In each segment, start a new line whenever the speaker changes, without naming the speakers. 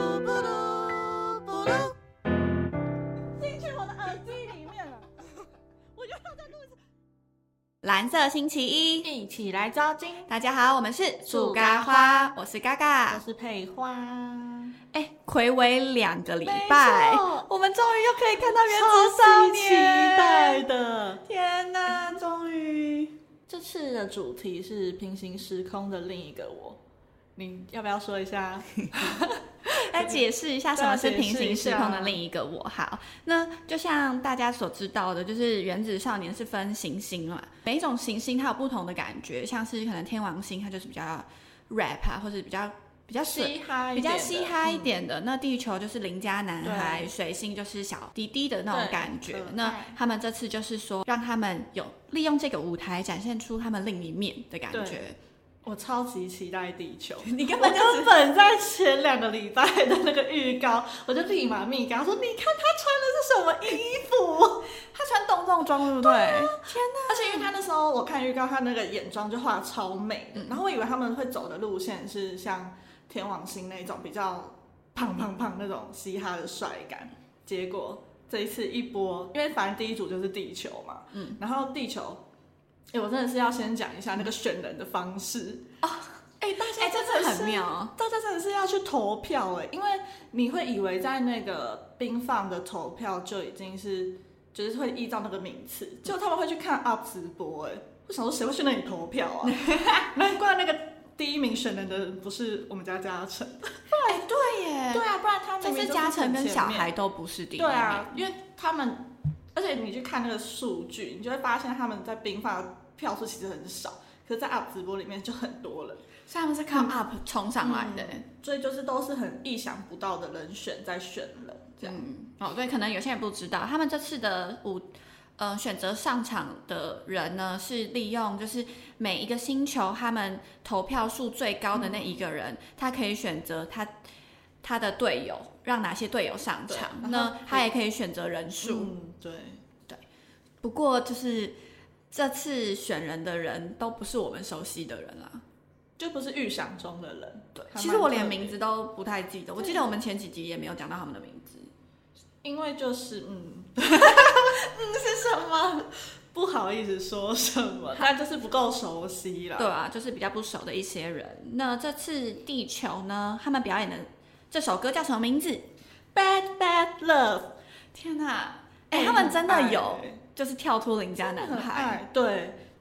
的星期一，
一起来招金。
大家好，我们是
树
嘎
咖
花，我是嘎
我
嘎。
是佩花，
哎，暌违两个礼拜
没错，
我们终于又可以看到原子
超
少
级
年，
期待！的。
天哪，终于！
这次的主题是平行时空的另一个我，你要不要说一下？
来解释一下
啊
什么是平行时空的另一个我。好，那就像大家所知道的，就是原子少年是分行星嘛，每一种行星它有不同的感觉，像是可能天王星它就是比较 rap 啊，或者比较比较水。
嘻哈一
比
点
较
的，嗯
嘻哈一点的，那地球就是邻家男孩，
对
水星就是小滴滴的那种
对
感觉
可爱。
那他们这次就是说，让他们有利用这个舞台展现出他们另一面的感
对
觉。
我超级期待地球。
你根
我
本就是
根本在前两个礼拜的那个预告，我就立马密给他说：“你看他穿的是什么衣服
他穿洞洞装，对不对？
啊
天？”
而且因为他那时候我看预告，他那个眼妆就画得超美的，然后我以为他们会走的路线是像天王星那种比较胖胖胖那种嘻哈的帅感，结果这一次一波，因为反正第一组就是地球嘛，嗯，然后地球，哎、我真的是要先讲一下那个选人的方式啊，哎、大家
哎，这真的
是
很妙。
大家真的是要去投票哎，因为你会以为在那个冰放的投票就已经是，就是会依照那个名次，结果他们会去看 UP 直播哎，我想说谁会去那里投票 啊？难怪那个第一名选人的人不是我们家嘉诚，
哎，对耶，
对啊，不然他
这
们
次嘉诚跟小孩都不是第一
对啊，因为他们，而且你去看那个数据，你就会发现他们在冰放的票数其实很少，可是在 UP 直播里面就很多了。
名所以他们是靠 up 冲上来的。
嗯所以就是都是很意想不到的人选在选人，这样、
嗯，哦，对，可能有些人不知道，他们这次的舞，呃，选择上场的人呢，是利用就是每一个星球他们投票数最高的那一个人，他可以选择他他的队友让哪些队友上
对
场，
然后
那他也可以选择人数。
嗯，对，
不过就是这次选人的人都不是我们熟悉的人啦。
就不是预想中的人。
对
还，蛮
其实我连
特别
名字都不太记得，我记得我们前几集也没有讲到他们的名字。
因为就是嗯， 嗯是什么？不好意思说什么，但就是不够熟悉啦。
对啊，就是比较不熟的一些人。那这次地球呢，他们表演的这首歌叫什么名字？
Bad Bad Love，
天哪、哎、欸他们真的有，
哎
就是跳脱邻家
真的
男
很
孩。
爱。对，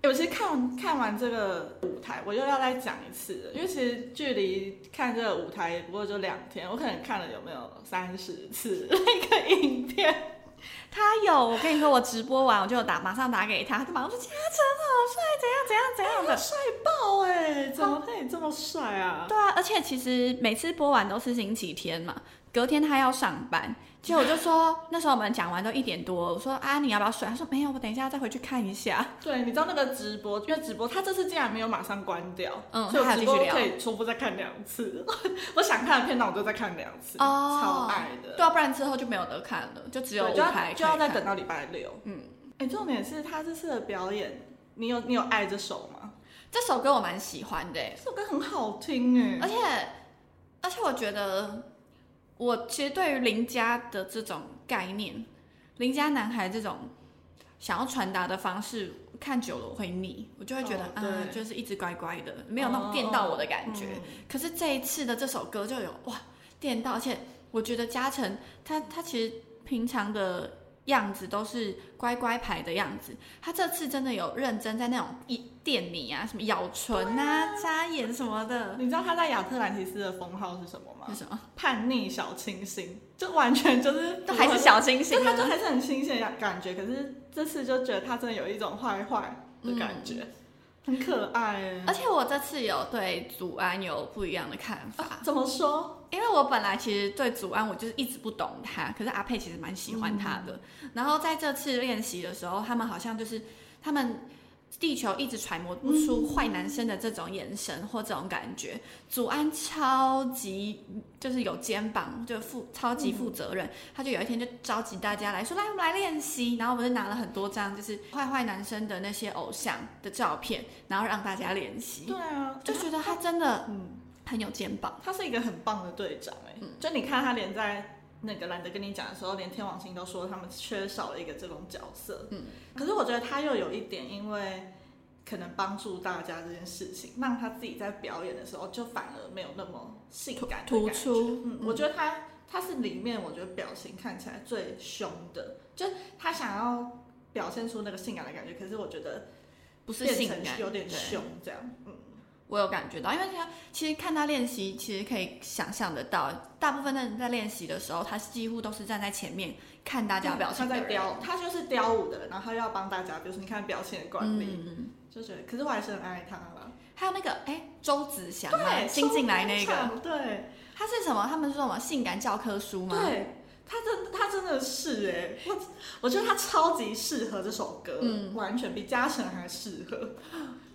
哎我其实看看完这个舞台，我又要再讲一次了，因为其实距离看这个舞台也不过就两天，我可能看了有没有三十次那个影片。
他有，我跟你说，我直播完我就有打，马上打给他，他就马上说嘉诚好帅，怎样 怎样怎样的。
帅爆哎、怎么可以这么帅啊？
对啊，而且其实每次播完都是星期天嘛，隔天他要上班，结果我就说那时候我们讲完都一点多，我说啊你要不要睡？他说没有，我等一下再回去看一下。
对，你知道那个直播，因为直播他这次竟然没有马上关掉，
嗯
所以
他
我
还有
直
继续
播
聊
可以重复再看两次。 我想看的片段我就再看两次，超爱的。
对啊，不然之后就没有得看了，就只有
对
舞
就要
台
就要
可以
再
看
等到礼拜六。
嗯，
哎、重点是他这次的表演，你有你有爱这首吗？
这首歌我蛮喜欢的欸，
这首歌很好听哎、
而且而且我觉得我其实对于邻家的这种概念，邻家男孩这种想要传达的方式，看久了我会腻，我就会觉得
哦
啊、
对哦
就是一直乖乖的，没有那种电到我的感觉。
嗯
可是这一次的这首歌就有哇电到，而且我觉得嘉诚他他其实平常的样子都是乖乖牌的样子，他这次真的有认真在那种一电你啊，什么咬唇啊、眨眼什么的，
嗯你知道他在亚特兰提斯的封号是什么吗
是？什么
叛逆小清新，就完全就是
都还是小清
就
新
他就
的。
还是很新鲜的感觉，可是这次就觉得他真的有一种坏坏的感觉，很可爱欸、
嗯而且我这次有对祖安有不一样的看法，
怎么说？
因为我本来其实对祖安我就是一直不懂他，可是阿佩其实蛮喜欢他的。
嗯
然后在这次练习的时候，他们好像就是他们地球一直揣摩不出坏男生的这种眼神或这种感觉。祖安超级就是有肩膀，就负超级负责
嗯
任，他就有一天就召集大家来说，来我们来练习。然后我们就拿了很多张就是坏坏男生的那些偶像的照片，然后让大家练习，
对啊，
就觉得他真的
嗯，
很有肩膀。
他是一个很棒的队长哎、
嗯
就你看他连在那个懒得跟你讲的时候，连天王星都说他们缺少了一个这种角色，嗯，可是我觉得他又有一点因为。可能帮助大家这件事情，让他自己在表演的时候就反而没有那么性感的
突
感觉
出，
嗯，我觉得他他是里面我觉得表情看起来最凶的，就是他想要表现出那个性感的感觉，可是我觉得
不是
变
性
成
感，
有点
对
凶这样。嗯，
我有感觉到，因为他其实看他练习，其实可以想象得到，大部分的人在练习的时候，他几乎都是站在前面看大家表情
嗯他
的人。
在雕，他就是雕舞的，然后要帮大家，比如说你看表情的管理，
嗯，
就觉得，可是我还是很爱他啦。
还有那个哎，周子祥啊，
对，
新进来那
周
个，
董事长对
他是什么？他们说什么性感教科书吗？，
对，他真他真的是哎、我我觉得他超级适合这首歌，
嗯
完全比嘉诚还适合。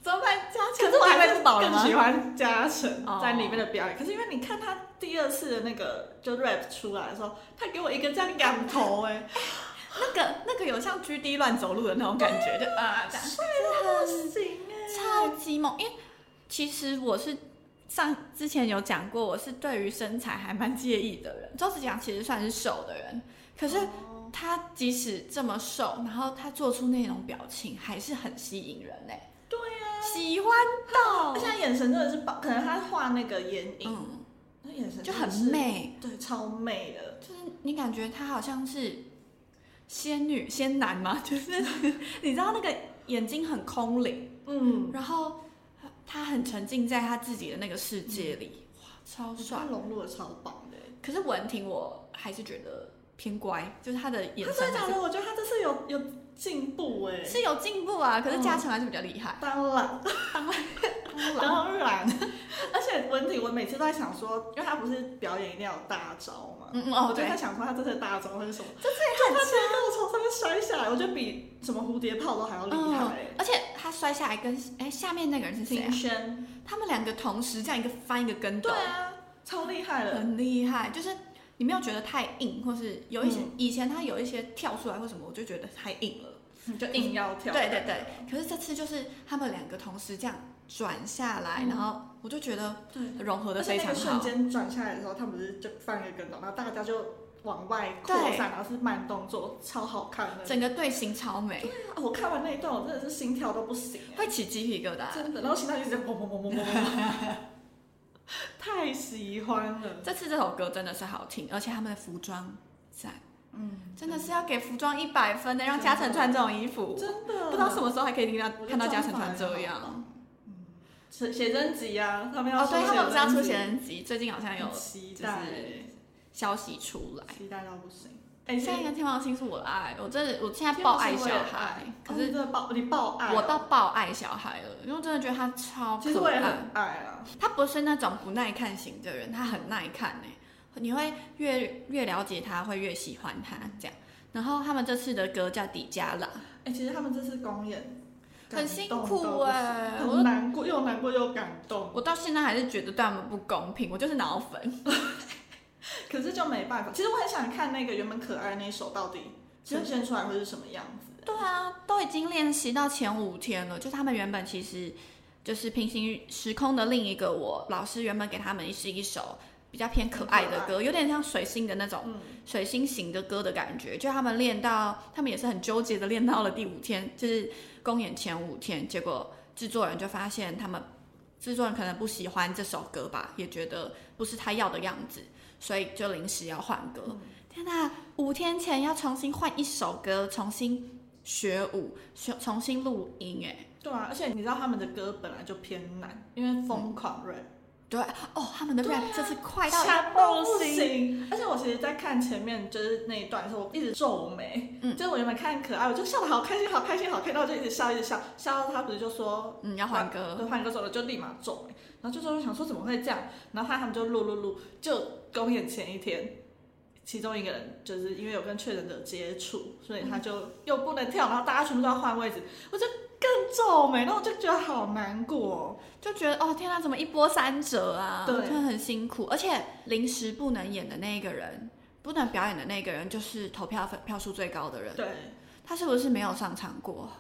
怎么办？加
可
钱
是我还
是
是
饱了
更
吗
喜？欢嘉诚
哦
在里面的表演。可是因为你看他第二次的那个就 rap 出来的时候，他给我一个这样仰头、哎，
那个那个有像 G D 乱走路的那种感觉，就啊，这样
不行哎、
超级猛。因为其实我是上之前有讲过，我是对于身材还蛮介意的人。周子强其实算是瘦的人，可是
哦
他即使这么瘦，然后他做出那种表情还是很吸引人呢、
对
啊，喜欢
而
到，
且他眼神真的是爆，可能他画那个眼影，
嗯，
那眼神
就
真的
很
是，
媚。
对，超媚的。
就是你感觉他好像是仙女仙男嘛， 就是你知道那个眼睛很空灵，
嗯，
然后他很沉浸在他自己的那个世界里，
嗯
哇，超
我觉得
帅
他。融入的超棒的、哎
可是文婷我还是觉得偏乖，就是他的眼
他真
神
的
还
假
是
的？我觉得他这次有有进步哎、
是有进步啊，可是
嗯
嘉诚还是比较厉害。
当然。
当然
当然，而且文婷，我每次都在想说，因为她不是表演一定要有大招嘛，
嗯嗯哦
我就
对
在想说她这次的大招会是什么？
这
就她直接给我从上面摔下来，我觉得比什么蝴蝶炮都还要厉
嗯
害、欸。，
而且他摔下来跟哎下面那个人是谁
秦
啊？
轩，
他们两个同时这样一个翻一个跟斗
对，啊，超厉害了，
很厉害，就是你没有觉得太硬，或是有一些、
嗯
以前他有一些跳出来或什么，我就觉得太嗯硬了。
就硬要跳。
对对对，可是这次就是他们两个同时这样转下来，
嗯
然后我就觉得
对，
融合的
而且
非
那
常
个瞬
好。
间转下来的时候，他们不是就翻了一个跟斗，然后大家就往外扩
对
散，然后是慢动作，超好看的。
整个队形超美，
啊我看完那一段，我真的是心跳都 不行、欸。
会起鸡皮疙瘩。
真的，然后心脏一直砰砰砰砰砰砰，太喜欢了，
这次这首歌真的是好听，而且他们的服装赞，
嗯，
真的是要给服装一百分的，让
真的
嘉诚穿这种衣服，
真的，
不知道什么时候还可以听到
我觉
看
得
到嘉诚
妆法
穿
也
这
很
样
好。吧，嗯，写写真集啊，他们要
哦，对，他们不是要出
出
写真集，最近好像有
期
就是
待，
消息出来。
期待到不行，哎，
下一个天王星是我的爱，我真的我现在爆爱小孩，可
可是
是
哦真的爆你爆哦爱，
我到爆爱小孩了，因为我真的觉得他超
其实
可
我也
爱。
很爱啊，
他不是那种不耐看型的人，他很耐看哎、你会越越了解他，会越喜欢他这样。然后他们这次的歌叫《迪迦啦
哎，其实他们这次公演》，
很辛苦哎、
感动到
我
不行很
都
难过又难过又感动，
我到现在还是觉得对他们不公平，我就是脑粉。
可是就没办法，其实我很想看那个原本可爱那一首到底呈现出来会是什么样子。
对啊，都已经练习到前五天了，就他们原本其实就是平行时空的另一个我，老师原本给他们是一首比较偏可爱的歌，有点像水星的那种
嗯，
水星型的歌的感觉。就他们练到，他们也是很纠结的练到了第五天，就是公演前五天，结果制作人就发现他们制作人可能不喜欢这首歌吧，也觉得不是他要的样子，所以就临时要换歌。
嗯
天呐，五天前要重新换一首歌，重新学舞，学重新录音，哎，
对啊，而且你知道他们的歌本来就偏难，因为疯狂 rap，
对哦，他们的 rap 这次嗯快到
吓
爆
啊不行。而且我其实，在看前面就是那一段的时候，我一直皱眉，
嗯
就是我原本看可爱，我就笑得好开心，好开心，好开心，然后我就一直笑，一直笑，笑到他不是就说。
嗯，要换歌，
对，换歌手了就立马皱眉，然后就说想说怎么会这样，然后后来他们就录录录，就公演前一天，其中一个人就是因为有跟确诊者接触，所以他就又不能跳，然后大家全部都要换位置，我就更皱眉，然后我就觉得好难过哦、
就觉得哦天呐，怎么一波三折啊？
对
真的很辛苦，而且临时不能演的那一个人，不能表演的那个人，就是投票分票数最高的人，
哦对，
他是不是没有上场过？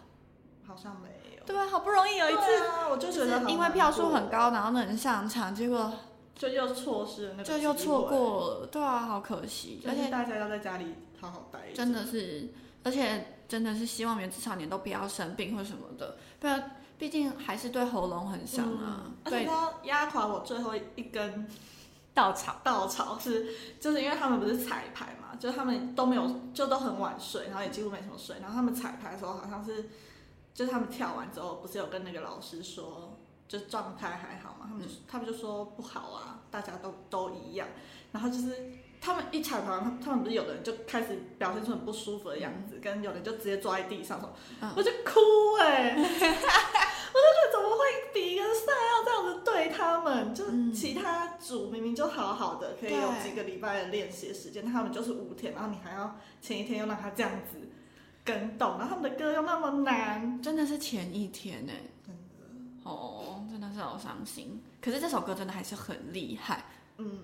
好像没有。
对啊，好不容易有一次，
对啊，我就觉
是
得好
因为
难
票数
过
很，高，然后能上场，结果
就又错失了那个，
就又错，过了，对啊，好可惜，
就
而
是
且
大家要在家里好好待着。
真的是，而且真的是希望原子少年都不要生病或什么的，不然。毕竟还是对喉咙很伤啊。
而且
对，
他压垮我最后一根
稻草。
稻草是，就是因为他们不是彩排嘛，就是他们都没有，就都很晚睡，然后也几乎没什么睡。然后他们彩排的时候好像是，就是他们跳完之后，不是有跟那个老师说，就状态还好嘛，他
嗯
们就、他们就说不好啊，大家都都一样。然后就是他们一彩排完，他们不是有的人就开始表现出很不舒服的样子，跟有人就直接坐在地上什么，
嗯
我就哭哎、 我就觉得怎么会比一个赛要这样子对他们？就
嗯
其他组明明就好好的，可以
对
有几个礼拜的练习的时间，他们就是五天，然后你还要前一天又让他这样子跟动，然后他们的歌又那么难，
真的是前一天呢、欸
真
哦，真的是好伤心。可是这首歌真的还是很厉害，
嗯，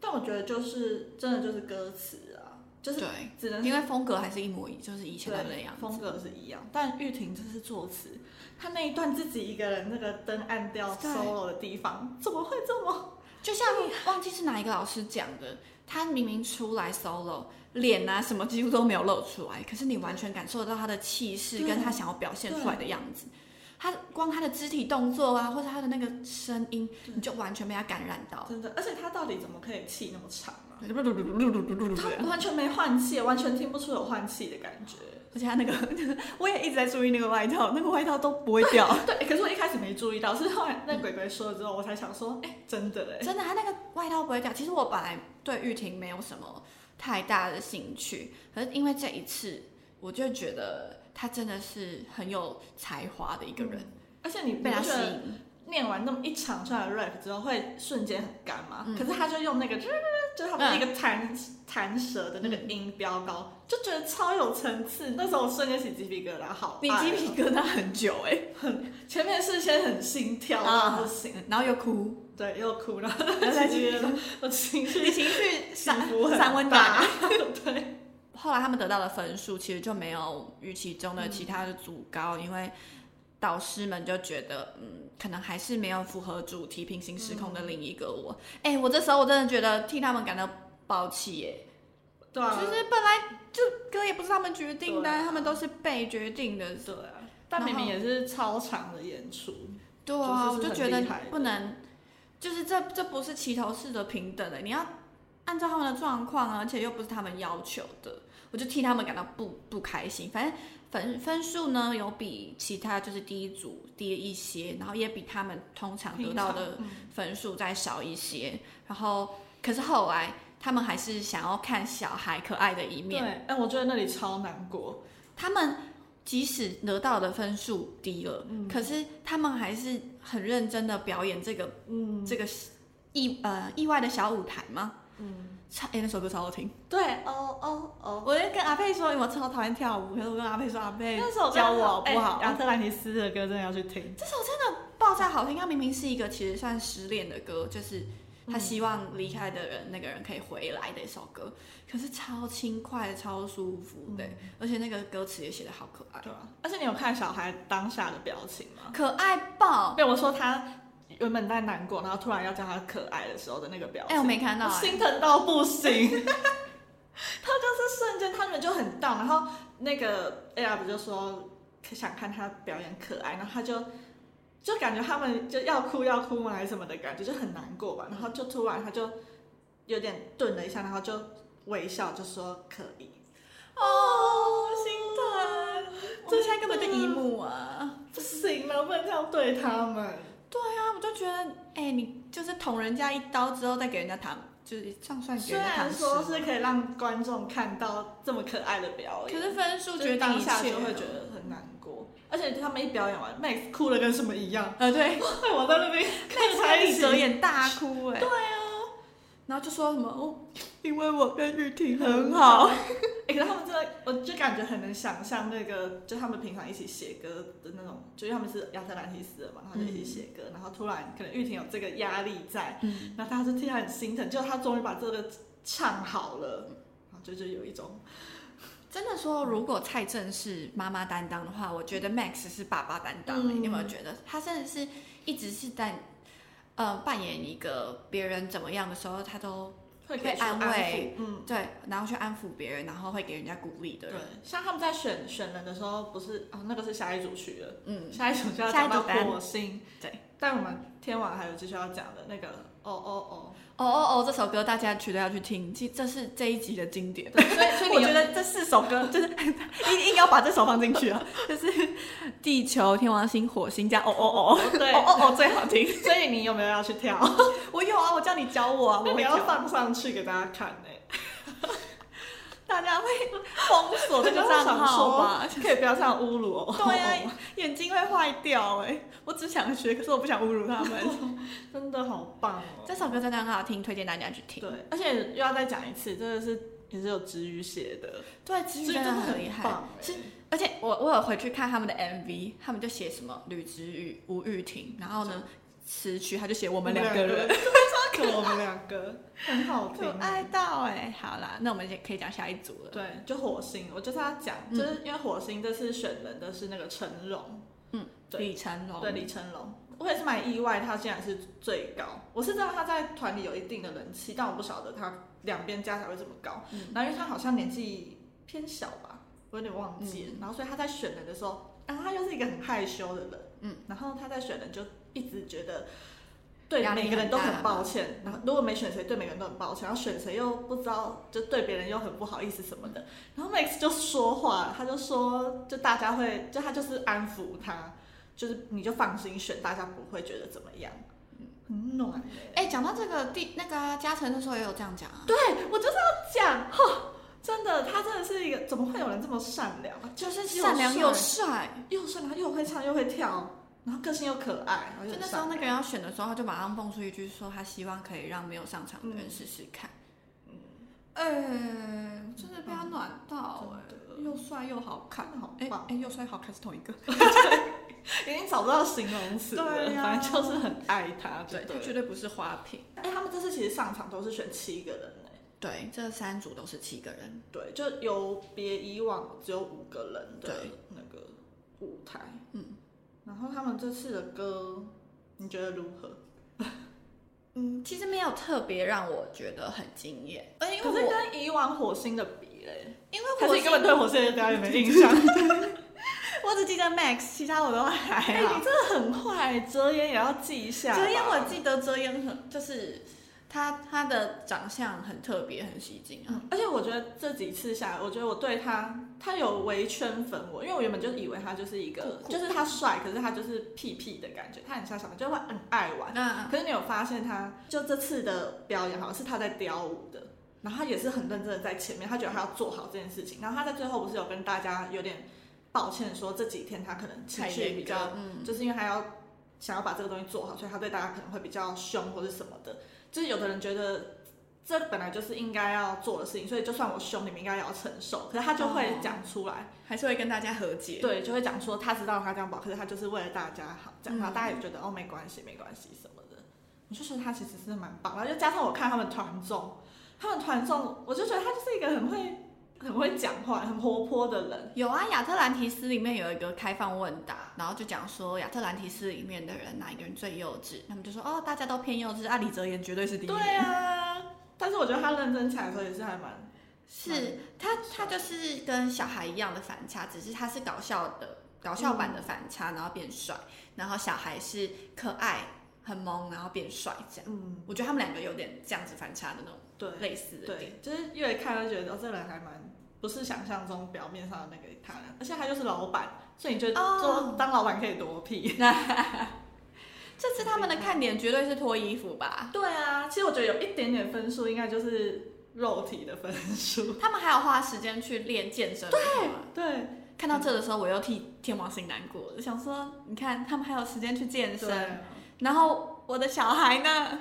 但我觉得就是真的就是歌词啊，就是
对，
只能
因为风格还是一模一，就是以前的那样子。
风格是一样，但玉婷这是作词，她那一段自己一个人那个灯暗掉
对
solo 的地方，怎么会这么？
就像忘记是哪一个老师讲的，他明明出来 solo，脸啊什么几乎都没有露出来，可是你完全感受得到他的气势
对
跟他想要表现出来的样子。他光他的肢体动作啊，或者他的那个声音，
对
你就完全被他感染 到。
真的，而且她到底怎么可以气那么长啊？她
而
完全没换气，完全听不出有换气的感觉。
且他那个， 我也一直在注意那个外套，那个外套都不会 掉。
对，可是我一开始没注意到，是后来那鬼鬼说了之后，我才想说，哎、真的哎，
真的，他那个外套不会掉。其实我本来对玉婷没有什么太大的兴趣，可是因为这一次，我就觉得她真的是很有才华的一个人，
而且你不
被她
觉
吸
得
引。
念完那么一长串的 rap 之后，会瞬间很干嘛？
嗯
可是他就用那个，就是他们那个弹弹舌的那个音飙高，就觉得超有层次。那时候我瞬间起鸡皮疙瘩，好
你
爱哦
鸡皮疙瘩很久哎、
前面是先很心跳，
啊
然后不行，
然后又哭，
对，又哭了，
然后再
起鸡
去
皮疙瘩， 我情绪
你情绪
起
散
伏很
散温啊
大
大。，
对，
后来他们得到的分数其实就没有预期中的其他的组高，因为导师们就觉得，嗯，可能还是没有符合主题《平行时空的另一个我》哎、我这时候我真的觉得替他们感到抱歉耶。
对啊
其，实本来就歌也不是他们决定的啊，
对啊
他们都是被决定的。
对啊，但明明也是超长的演出，
对啊，我
就
就
是很
觉得
厉害的
不能，就是这这不是齐头式的平等的，欸你要按照他们的状况啊，而且又不是他们要求的，我就替他们感到不不开心。反正分分数呢有比其他就是第一组低一些，然后也比他们通常得到的
平常
分数再少一些，然后可是后来他们还是想要看小孩可爱的一
嗯对，
面。
哎，我觉得那里超难过，
他们即使得到的分数低了，
嗯
可是他们还是很认真的表演这个、
嗯，
这个意呃意外的小舞台嘛。
嗯，
唱哎、那首歌超好听，
对，哦哦哦，
我就跟阿佩说，因为我超讨厌跳舞，可是我跟阿佩说，阿佩
那首
教我好不好？
哎亚特兰提斯的歌真的要去听，
这首真的爆炸好听，它明明是一个其实算失恋的歌，就是他希望离开的人、那个人可以回来的一首歌，可是超轻快、超舒
嗯
服的，而且那个歌词也写的好可爱，
对啊。而且你有看小孩当下的表情吗？
可爱爆！
被我说他原本在难过，然后突然要叫他可爱的时候的那个表
哎、
情，
我没看到、
我
哎
心疼到不行。 他就是瞬间，他们就很荡，然后那个 A R 不就说想看他表演可爱，然后他就就感觉他们就要哭要哭嘛还是什么的感觉，就很难过吧。然后就突然他就有点顿了一下，然后就微笑就说可以。
哦，心疼，
真
这
的
现在根本就姨母啊！
不行了，不能这样对他们。
对啊，我就觉得，哎、你就是捅人家一刀之后再给人家糖，就是这样算给
虽
人家糖
然
吃
说是可以让观众看到这么可爱的表
可
演，
是分数
就
决
是
定
当
一
下
切，
就会觉，得很难过。而且他们一表演完，Max 哭了跟什么一样，
呃， 对，
害我在那 边看
那
才
李
哲
哲
也
眼大哭、
欸
哎，对啊，然后就说什么哦，因为我跟玉婷很好，。
哎、可是他们真的，我就感觉很能想象那个，就他们平常一起写歌的那种，就因为他们是亚特兰蒂斯的嘛，然后就一起写歌，然后突然可能玉婷有这个压力在，
嗯
然后大家就替他很心疼，结果他终于把这个唱好了，然后就就有一种。
真的说，如果蔡正是妈妈担当的话，我觉得 Max 是爸爸担当、欸
嗯
你有没有觉得他真的是一直是在呃扮演一个别人怎么样的时候，他都
会会
会
给出
安
抚
慰，
嗯，
对，然后去安抚别人，然后会给人家鼓励的
对
人。，
像他们在选选人的时候，不是哦，那个是下一组去了，
嗯，
下一组就要
下一
讲
组
到
单
火星，
对，
但我们天王还有继续要讲的那个哦哦
哦哦哦，这首歌大家绝对要去听，这这是这一集的经典
哦，。对，所以所 以
我
你
觉
有
得这四首歌就是 硬硬要把这首放进去啊，就是地球、天王星、火星加哦哦哦，
对
哦哦哦最好听。
所以你有没有要去 跳？
我有啊，我叫你教我啊，我
那你
会
要
教。
放上去给大家看欸呢、
大家会封锁
我
这个账号吧？
可以不要这样侮辱哦。
对 啊，眼睛会坏掉哎、我只想学，可是我不想侮辱他们。
真的好棒哦。
这首歌真的很好听，推荐大家去听。
对，而且又要再讲一次，真的是也是有止语写的，
对，子
所以
瑜真
真
的
的
很
很
厉害。
棒欸。
是而且我我有回去看他们的 MV，他们就写什么吕子宇、吴玉婷，然后呢词曲他就写我
我
们两个人，，
可我们两个很好听
可。爱到哎、好啦，那我们也可以讲下一组了。
对，就火星，我就是要讲，
嗯
就是因为火星这次选人的是那个成龙，对
李成龙，
对李成龙，我也是蛮意外，他竟然是最高。我是知道他在团里有一定的人气，但我不晓得他两边加起来会这么高。
嗯
然后因为他好像年纪偏小吧，我有点忘记了。
嗯
然后所以他在选人的时候，然后他又是一个很害羞的人，
嗯，
然后他在选人就一直觉得。对
压力
每个人都
很大嘛
很
嗯
抱歉，然后如果没选谁，对每个人都很抱歉，然后选谁又不知道，就对别人又很不好意思什么
嗯
的。然后 Max 就说话，他就说，就大家会，就他就是安抚他，就是你就放心选，大家不会觉得怎么样，
嗯
很暖欸
哎，讲到这个第那个啊嘉诚那时候也有这样讲啊，
对我就是要讲，哈，真的，他真的是一个，怎么会有人这么善良啊？
就是
又
善良又
帅
帅。
又善良，又会唱，又会跳，然后个性又可爱，然后又
就那时候
善
那
良
个人要选的时候，他就马上蹦出一句说，他希望可以让没有上场的人试试看。
嗯
呃、真的被他暖到哎、
真的
又帅又好看，
真的好
哎
棒
哎，又帅好看是同一个，
已经找不到形容词了，
对啊
反正就是很爱他，
对，他
对
绝
了。
对不是花瓶。
哎、他们这次其实上场都是选七个人欸
对，这三组都是七个人，
对，就有别以往只有五个人的
对
那个舞台，
嗯
然后他们这次的歌，你觉得如何？
嗯，其实没有特别让我觉得很惊艳，而且因
可是
为我
跟以往火星的比嘞，
因
还
为
是
我
你根本对火星的表演没印象。
我只记得 Max，其他我都
哎、
还好
你。真的很坏，遮掩也要记一下吧。
遮掩我记得遮掩很就是他他的长相很特别很吸睛啊，
嗯，而且我觉得这几次下来，我觉得我对他，他有围圈粉我，因为我原本就以为他就是一个，
酷酷
就是他帅，可是他就是屁屁的感觉，他很像小朋友，就会很爱玩。
那
嗯可是你有发现他，就这次的表演好像是他在雕舞的，然后他也是很认真的在前面，他觉得他要做好这件事情。然后他在最后不是有跟大家有点抱歉说这几天他可能情
太
绪
严
比
格
较，
嗯，
就是因为他要想要把这个东西做好，所以他对大家可能会比较凶或者什么的。就是有的人觉得这本来就是应该要做的事情，所以就算我凶，你们应该也要承受。可是他就会
哦
讲出来，
还是会跟大家和解。
对，就会讲说他知道他这样不好，可是他就是为了大家好，这
嗯
样，然后大家也觉得、哦没关系没关系什么的。我就觉得他其实是蛮棒，然后就加上我看他们团综，他们团综我就觉得他就是一个很会很会讲话、很活泼的人。
有啊，亚特兰提斯里面有一个开放问答，然后就讲说亚特兰提斯里面的人哪一个人最幼稚，他们就说哦，大家都偏幼稚，啊，李哲言绝对是第一名。
对啊，但是我觉得他认真起来的时候也是还蛮
是他，他就是跟小孩一样的反差，只是他是搞笑的搞笑版的反差，然后变帅，然后小孩是可爱很萌，然后变帅这样。
嗯，
我觉得他们两个有点这样子反差的那种
对
类似的点。
对，就是越看就觉得哦，这人还蛮不是想象中表面上的那个他，而且他就是老板，所以你觉得
哦
做当老板可以多屁？
这次他们的看点绝对是脱衣服吧？
对啊，其实我觉得有一点点分数，应该就是肉体的分 数。
他们还有花时间去练健身。对，
对，
看到这的时候，我又替天王星难过，我想说，你看他们还有时间去
啊
健身，然后我的小孩呢？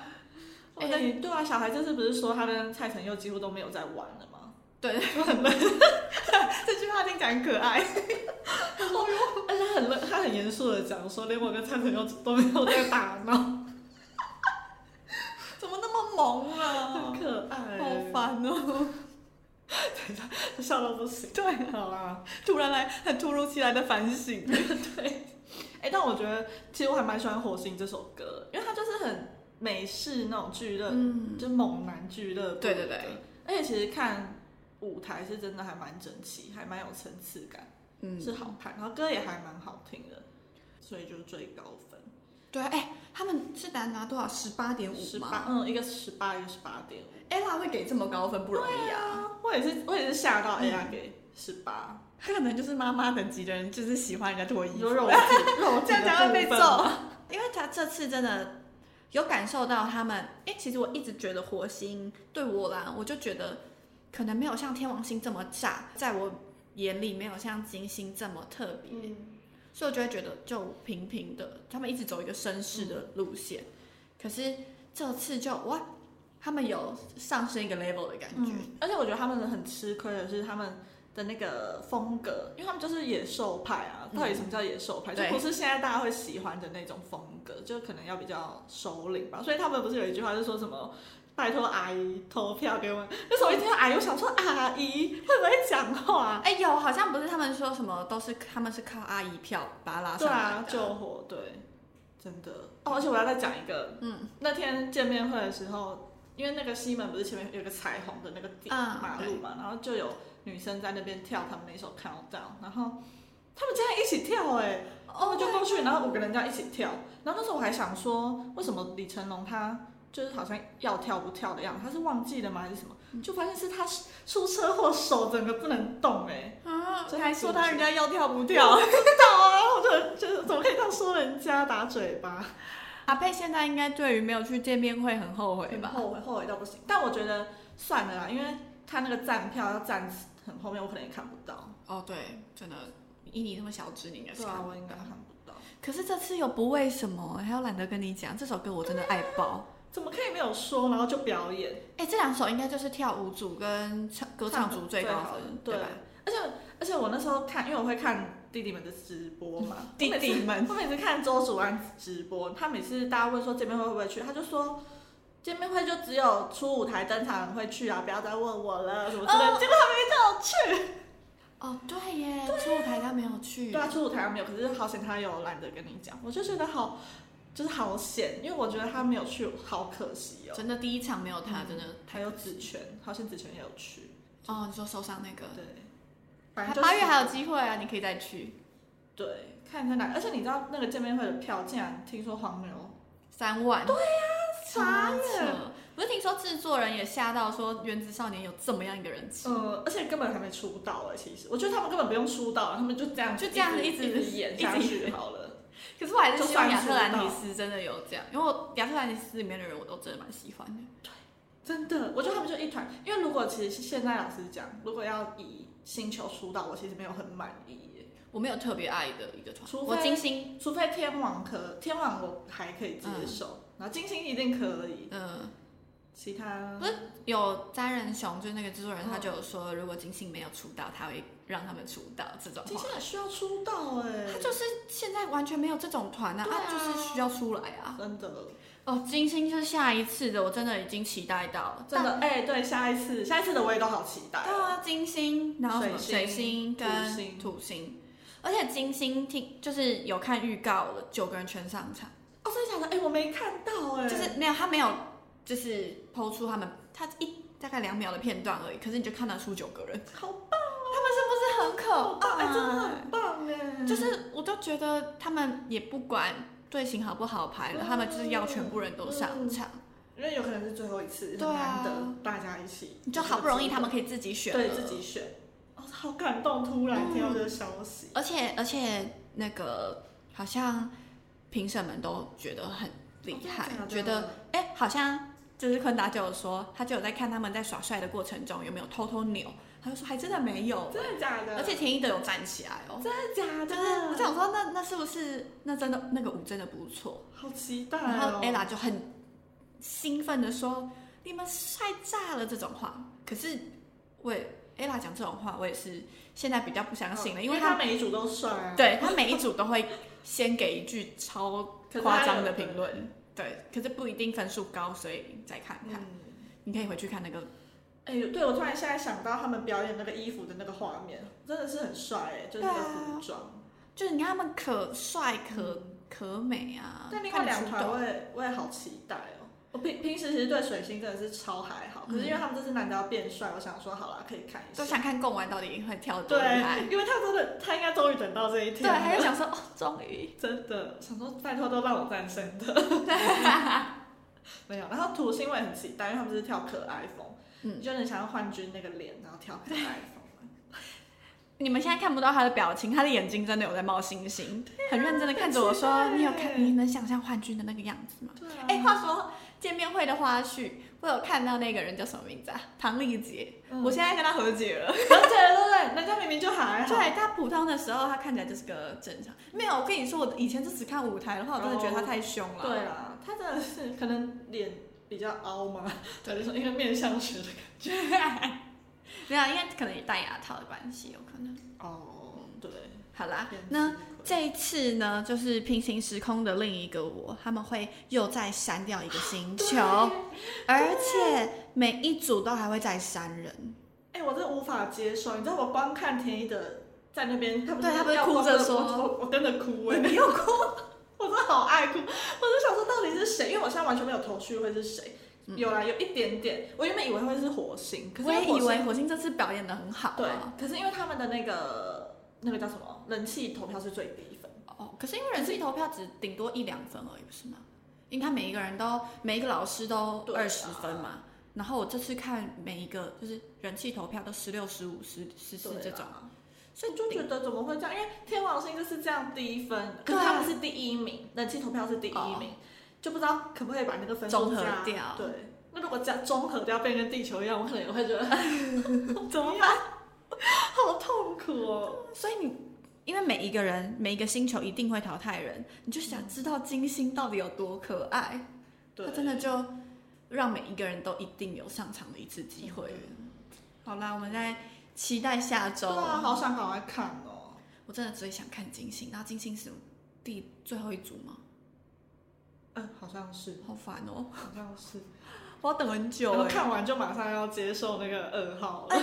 我的、对啊，小孩这次不是说他跟蔡成佑几乎都没有在玩了吗？
对，
就很闷。 这句话听起来很可爱。哦而且他很认，他很严肃的讲说，连我跟蔡成佑都没有在打闹，
怎么那么萌啊
很？可爱，
好，烦哦！
笑到不行。
对，
好啦。
突然来很突如其来的反 省。
哎、但我觉得其实我还蛮喜欢《火星》这首歌，因为它就是很美式那种俱乐，
嗯，
就猛男俱乐部。
对对对，
而且其实看舞台是真的还蛮整齐，还蛮有层次感，
嗯
是好看，然后歌也还蛮好听的，所以就最高分
对，哎、他们是拿拿多少？十八点五
十
吗
八，嗯，一个十八，一个十八点五。
？ella 会给这么高分不容易啊，
啊，我也是，我也是吓到 A R
嗯
给十八，
他可能就是妈妈等级的人，就是喜欢人家脱衣
你
服
说， 肉体肉体
这样
的
才会被
部分
揍。因为他这次真的有感受到他们，哎、其实我一直觉得火星对我啦，我就觉得可能没有像天王星这么炸，在我眼里没有像金星这么特别，
嗯，
所以我就会觉得就平平的，他们一直走一个绅士的路线，可是这次就哇，他们有上升一个 level 的感觉，
嗯而且我觉得他们很吃亏的是他们的那个风格，因为他们就是野兽派啊。
嗯
到底什么叫野兽派？就
对
不是现在大家会喜欢的那种风格，就可能要比较首领吧。所以他们不是有一句话是说什么？拜托阿姨投票给我们。那时候我一听到阿姨，我想说阿姨会不会讲话？
哎、有好像不是他们说什么都是他们是靠阿姨票把他拉
对
上来的，
啊，救火对，真的。哦，而且我要再讲一个，
嗯
那天见面会的时候，因为那个西门不是前面有个彩虹的那个点、
啊
马路嘛，然后就有女生在那边跳他们那首 Countdown，然后他们竟然一起跳哎、欸，他
哦
们就过去，然后五个人这样一起跳，然后那时候我还想说，为什么李成龙他就是好像要跳不跳的样子，他是忘记了吗还是什么？就发现是他出车祸，手整个不能动哎、欸，
啊，
真的
还
是
说
不
他
是
人家要跳不
跳
跳。
我不知道啊，我就觉得怎么可以这样说人家打嘴巴？
阿佩现在应该对于没有去见面会很后悔
很
吧？
后悔，后悔到不行。但我觉得算了啦，因为他那个站票要站很后面，我可能也看不到。
哦，对，真的，以你这么小只，你应该是
对啊
看，不
我应该
到
看不到。
可是这次有不为什么，还有懒得跟你讲，这首歌我真的爱爆。
怎么可以没有说，然后就表演？
哎、这两首应该就是跳舞组跟唱歌唱组最高
好
分，
对
吧？？
而且而且我那时候看，因为我会看弟弟们的直播嘛，
弟弟们
我每次，我每次看周主安直播，他每次大家问说见面会会不会去，他就说。见面会就只有初舞台登场会去啊，不要再问 我了什么之类的。
哦
结果他们一定有去。
哦，对耶，初舞台他没有去。
对啊，初舞台他没有，可是好险他有懒得跟你讲，我就觉得好，就是好险，因为我觉得他没有去，好可惜哦。
真的第一场没有他，
嗯
真的
还有子权，好险子权也有去，
哦，你说受伤那个，
对，
嗯
反
他
正就
八月
是
还有机会啊，你可以再去
对，看在哪，而且你知道那个见面会的票，竟然听说黄牛
嗯三万。对呀、
傻眼，
不是听说制作人也吓到说《原子少年》有这么样一个人气，
嗯，而且根本还没出道哎，其实我觉得他们根本不用出道，啊他们就这样
就这样子
一
一直
一直演下
一直
去好了，
可是我还是希望
嗯就
亚
算出
特
道
兰蒂斯真的有这样，因为我亚特兰蒂斯里面的人我都真的蛮喜欢的。
真的，我觉得他们就一团，因为如果其实现在老实讲，如果要以星球出道，我其实没有很满意耶。
我没有特别爱的一个团，
除非
我金星，
除非天王可天王我还可以接受，然后金星一定可以，
嗯，
其他
不是有詹仁雄就是那个制作人，
嗯
他就有说，如果金星没有出道，他会让他们出道这种
金
话。
星也需要出道哎、
他就是现在完全没有这种团啊，
对啊
啊就是需要出来啊。
真的
哦，金星是下一次的，我真的已经期待到了。
真的哎、对，下一次下一次的我也都好期待
但，对
哦，
啊，金星，然后什么水
水
星
星
跟
土星
土星，而且金星听就是有看预告了，九个人全上场。
真的假的？哎、我没看到哎、
就是没有，他没有，就是抛出他们，他一大概两秒的片段而已，可是你就看得出九个人，
好
他们是不是很可
棒
怕？
哎、真的很棒哎、
哦嗯就是我都觉得他们也不管队形好不好排了，
嗯
他们就是要全部人都上场，
因为有可能是最后一次，
对
很
啊
难得大家一起，
你就好不容易他们可以自己选，
嗯对自己。选，哦，好感动，突然听到
嗯
这个消息，
而且而且那个好像评审们都觉得很厉害，
哦真的假的
觉得哎、好像就是昆达就有说，他就有在看他们在耍帅的过程中有没有偷偷扭，他就说还真的没有，
真的假的？
而且田一德有站起来哦，
真的
就
假
是
的？
我想说那那是不是那真的那个舞真的不错？
好期待、哦，
然后 ella 就很兴奋的说你们帅炸了这种话，可是我也 ella 讲这种话，我也是现在比较不相信了，
嗯
因
因
为
他
他
每一组都帅、啊。，
对他每一组都会先给一句超
可是他
夸张
有
的评论，对，可是不一定分数高，所以再看看，
嗯，
你可以回去看那个
哎、对我突然现在想到他们表演那个衣服的那个画面，真的是很帅哎、就是那个
啊
服装。
就是你看他们可帅可可美啊，
嗯但另
看
外
得
两
出
团
懂
我也我也好期待哦、我平平时其实对水星真的是超还好，可是因为他们这次难得要变帅，我想说好啦，可以看一
嗯
下
都。想看贡丸到底会跳多厉害。
对，因为他真的，他应该终于等到这一
对，
天
还有
了。
想说哦，终于，
真的想说，拜托都让我战 胜的。没有，然后土星我也很期待，因为他们是跳可爱风，
嗯
你就很想要幻君那个脸，然后跳可爱 风。
你们现在看不到他的表情，他的眼睛真的有在冒星星，
啊
很认真的看着我说：“
很期待
你有看？你能想象幻君的那个样子吗
对？”啊
哎、话说见面会的花絮，我有看到那个人叫什么名字啊？唐丽杰，
嗯
我现在跟他和解了。
了解了，对不对？人家明明就还好。
对，他普通的时候他看起来就是个正常，没有。我跟你说，我以前就只看舞台的话，我真的觉得他太凶了。
哦对啦，他真的是可能脸比较凹嘛，对，就是因为面相学的感
没有，因为可能也戴牙套的关系，有可能。
觉。哦，对。
好啦，那
那
这一次呢，就是平行时空的另一个我，他们会又再删掉一个
啊
星球，而且每一组都还会再删人。
哎、我真的无法接受，你知道我光看田一的在那边，他不是
对他不是
要
哭着说
我我我跟着哭 哎、
没有哭，
我真的好爱哭，我就想说到底是谁，因为我现在完全没有头绪会是谁。有啦，有一点点，我原本以为会是火星，可
嗯
是
我也
火
以
星
为火星这次表演的很好、啊。
对，可是因为他们的那个那个叫什么人气投票是最低分，
哦，可是因为人气投票只顶多一两分而已，不是吗？因为他每一个人都每一个老师都
对啊
二十分嘛。然后我这次看每一个就是人气投票都十六、十五、十十四
对
这种，
啦
所以
就觉得怎么会这样？因为天王星就是这样低分，可
对
是
啊哦
他们是第一名，人气投票是第一名，就不知道可不可以把那个分数
综合
加
掉
对，那如果加综合掉变跟地球一样，我可能也 会觉得怎么办？好痛苦哦！
所以你因为每一个人每一个星球一定会淘汰人，你就想知道金星到底有多可爱，
对，
它真的就让每一个人都一定有上场的一次机会。好啦，我们再期待下周。
对啊，好想赶快看哦。
我真的最想看金星，然后金星是第最后一组吗？
嗯，好像是，
好烦哦、
好 像是。
我要等很久
然后
哎、
看完就马上要接受那个二号了，
好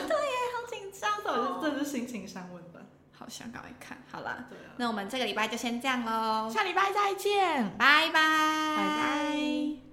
紧张哦
到底是这是心情上问吧？
好想赶快看。好啦，
对啊。
那我们这个礼拜就先这样喽，
下礼拜再见。
拜拜，拜
拜。